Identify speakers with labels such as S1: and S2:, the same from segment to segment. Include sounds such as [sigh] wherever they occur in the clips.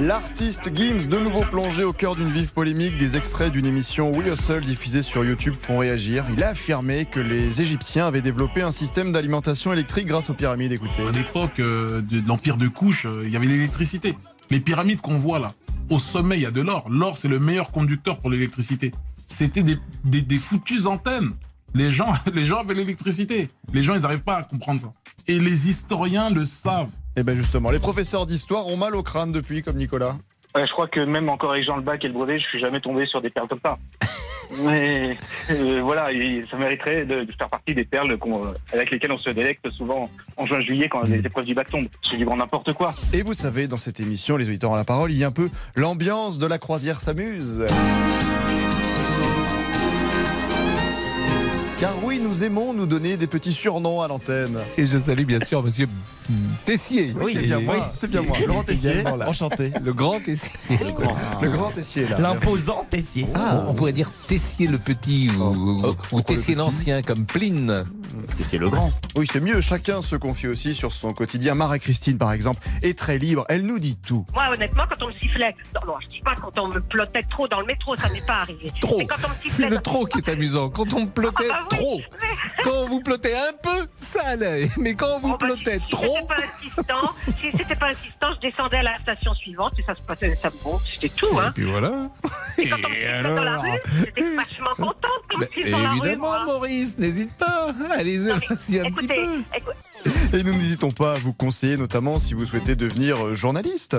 S1: L'artiste Gims, de nouveau plongé au cœur d'une vive polémique, des extraits d'une émission We Hustle diffusée sur YouTube font réagir. Il a affirmé que les Égyptiens avaient développé un système d'alimentation électrique grâce aux pyramides. Écoutez.
S2: À l'époque euh, de l'Empire de Couche, euh, il y avait l'électricité. Les pyramides qu'on voit là, au sommet, il y a de l'or. L'or, c'est le meilleur conducteur pour l'électricité. C'était des, des, des foutues antennes. Les gens, [laughs] les gens avaient l'électricité. Les gens, ils n'arrivent pas à comprendre ça. Et les historiens le savent.
S1: Et bien Eh ben, justement, les professeurs d'histoire ont mal au crâne depuis, comme Nicolas.
S3: Ouais, je crois que même en corrigeant le bac et le brevet, je suis jamais tombé sur des perles comme ça. Mais euh, voilà, il- ça mériterait de, de faire partie des perles qu'on- euh, avec lesquelles on se délecte souvent en juin-juillet quand les épreuves du bac tombent. C'est du grand n'importe quoi.
S1: Et vous savez, dans cette émission, les auditeurs ont la parole, il y a un peu l'ambiance de la croisière s'amuse. Car oui, nous aimons nous donner des petits surnoms à l'antenne.
S4: Et je salue bien sûr Monsieur Tessier.
S1: Oui, c'est bien
S4: Et-
S1: moi,
S4: oui.
S1: c'est bien moi. Laurent Tessier,
S4: Également là.
S1: enchanté.
S4: Le grand Tessier.
S1: Le grand, le grand Tessier, là.
S5: L'imposant Tessier.
S1: Ah,
S4: on pourrait dire Tessier le petit ou, ou- ou Tessier
S1: le petit
S4: l'ancien comme Pline.
S5: C'est le grand.
S1: Oui, c'est mieux. Chacun se confie aussi sur son quotidien. Marie-Christine, par exemple, est très libre. Elle nous dit tout.
S6: Moi, honnêtement, quand on me sifflait, non, non, je dis pas quand on me plotait trop dans le métro, ça m'est pas arrivé.
S4: [laughs] Trop.
S6: Mais quand on me sifflait,
S4: C'est le trop qui est amusant. Quand on plotait
S6: Ah bah oui,
S4: trop, quand vous plotait un peu, ça allait. Mais quand vous
S6: Oh, bah,
S4: plotait
S6: si, si
S4: trop,
S6: c'était pas insistant, si c'était pas insistant, je descendais à la station suivante et ça se passait, ça me bon, c'était tout, hein.
S4: puis voilà.
S6: Et quand on me sifflait dans la rue, j'étais vachement contente quand on me
S4: Mais
S6: sifflait dans la rue.
S4: évidemment,
S6: moi.
S4: Maurice, n'hésite pas. Allez-y, vas-y un petit
S6: Écoutez,
S4: peu.
S6: écou-
S1: Et nous n'hésitons pas à vous conseiller, notamment si vous souhaitez devenir euh, journaliste.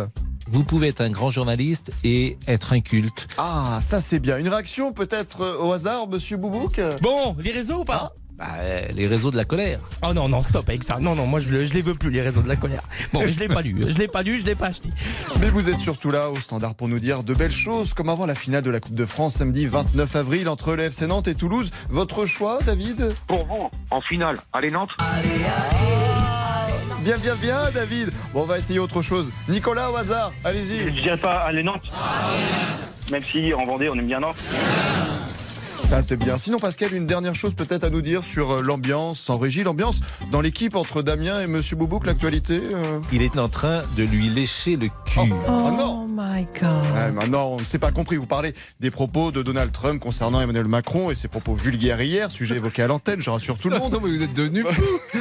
S4: Vous pouvez être un grand journaliste et être inculte.
S1: Ah, ça c'est bien. Une réaction peut-être euh, au hasard, monsieur Boubouk
S5: Bon, les réseaux ou pas
S4: Bah, euh, les réseaux de la colère.
S5: Oh non, non, stop avec ça. Non, non, moi je, le- je les veux plus, les réseaux de la colère. Bon, mais je l'ai pas lu. Je l'ai pas lu, je l'ai pas acheté.
S1: Mais vous êtes surtout là au standard pour nous dire de belles choses, comme avant la finale de la Coupe de France samedi 29 avril entre le FC Nantes et Toulouse. Votre choix, David
S7: Pour vous, en finale, allez Nantes
S1: Bien, bien, bien, David. Bon, on va essayer autre chose. Nicolas, au hasard, allez-y.
S3: Je dirais pas aller Nantes. Même si en Vendée, on aime bien Nantes.
S1: Ça c'est bien. Sinon, Pascal, une dernière chose peut-être à nous dire sur euh, l'ambiance en régie, l'ambiance dans l'équipe entre Damien et monsieur Boubouk, l'actualité euh,
S4: Il est en train de lui lécher le
S5: Oh.
S4: cul.
S1: Ah non
S8: Oh my god.
S1: Ouais, maintenant, on ne s'est pas compris. Vous parlez des propos de Donald Trump concernant Emmanuel Macron et ses propos vulgaires hier, sujet évoqué à l'antenne, je rassure tout le monde.
S4: [laughs] Non, mais vous êtes devenu fou.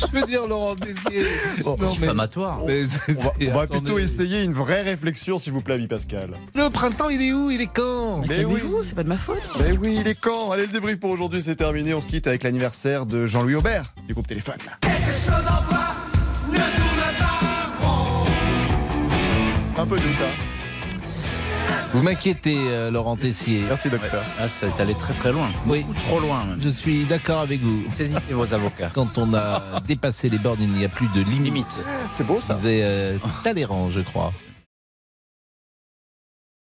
S4: Je veux dire, Laurent Tessier.
S1: Bon,
S4: Non, mais-
S5: Diffamatoire.
S4: mais c'est-
S1: On va, on va
S4: attendez.
S1: plutôt essayer une vraie réflexion, s'il vous plaît, ami Pascal.
S4: Le printemps, il est où Il est quand
S1: Mais oui,
S8: Calmez-vous, c'est pas de ma faute.
S1: mais Ben oui, il est quand Allez, le débrief pour aujourd'hui, c'est terminé. On se quitte avec l'anniversaire de Jean-Louis Aubert du groupe Téléphone. Un peu comme ça.
S4: Vous m'inquiétez, euh, Laurent Tessier.
S1: Merci, docteur.
S5: Ah, c'est allé très très loin.
S4: Oui,
S5: Trop loin même.
S4: je suis d'accord avec vous.
S5: Saisissez vos avocats.
S4: [laughs] Quand on a dépassé les bornes, il n'y a plus de limite.
S5: Limite.
S1: C'est beau ça.
S4: Disait euh, Talleyrand, je crois.